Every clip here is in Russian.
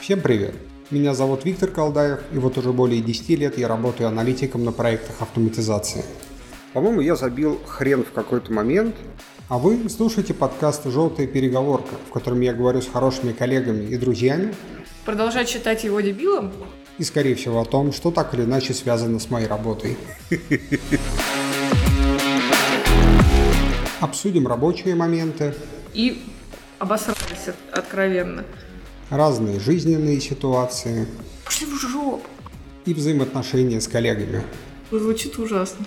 Всем привет! Меня зовут Виктор Колдаев, и вот уже более 10 лет я работаю аналитиком на проектах автоматизации. По-моему, я забил хрен в какой-то момент. А вы слушаете подкаст «Желтая переговорка», в котором я говорю с хорошими коллегами и друзьями Продолжать считать его дебилом? и, скорее всего, о том, что так или иначе связано с моей работой. Обсудим рабочие моменты, И обосрались от- откровенно. разные жизненные ситуации Пошли в жопу. и взаимоотношения с коллегами. Звучит ужасно.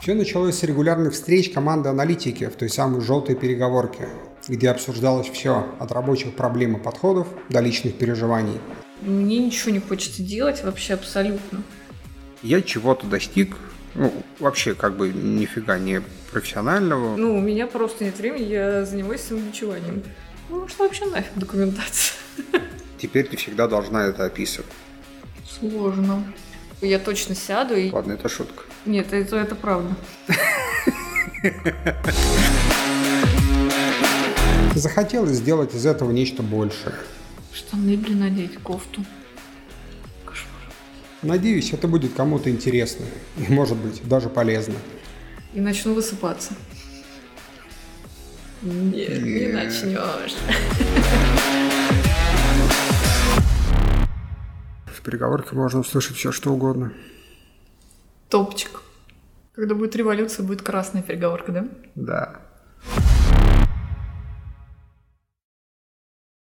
Все началось с регулярных встреч команды аналитики в той самой желтой переговорке, где обсуждалось все от рабочих проблем и подходов до личных переживаний. Мне ничего не хочется делать вообще абсолютно. Я чего-то достиг, ну, вообще как бы нифига не профессионального. Ну, у меня просто нет времени, я занимаюсь самобичеванием. Ну, что вообще нафиг документация? Теперь ты всегда должна это описывать. Сложно. Я точно сяду и... Ладно, это шутка. Нет, это, это правда. Захотелось сделать из этого нечто большее. Штаны, блин, надеть, кофту. Кошмар. Надеюсь, это будет кому-то интересно и, может быть, даже полезно. И начну высыпаться. Нет, не начнешь. В переговорке можно услышать все, что угодно. Топчик. Когда будет революция, будет красная переговорка, да? Да.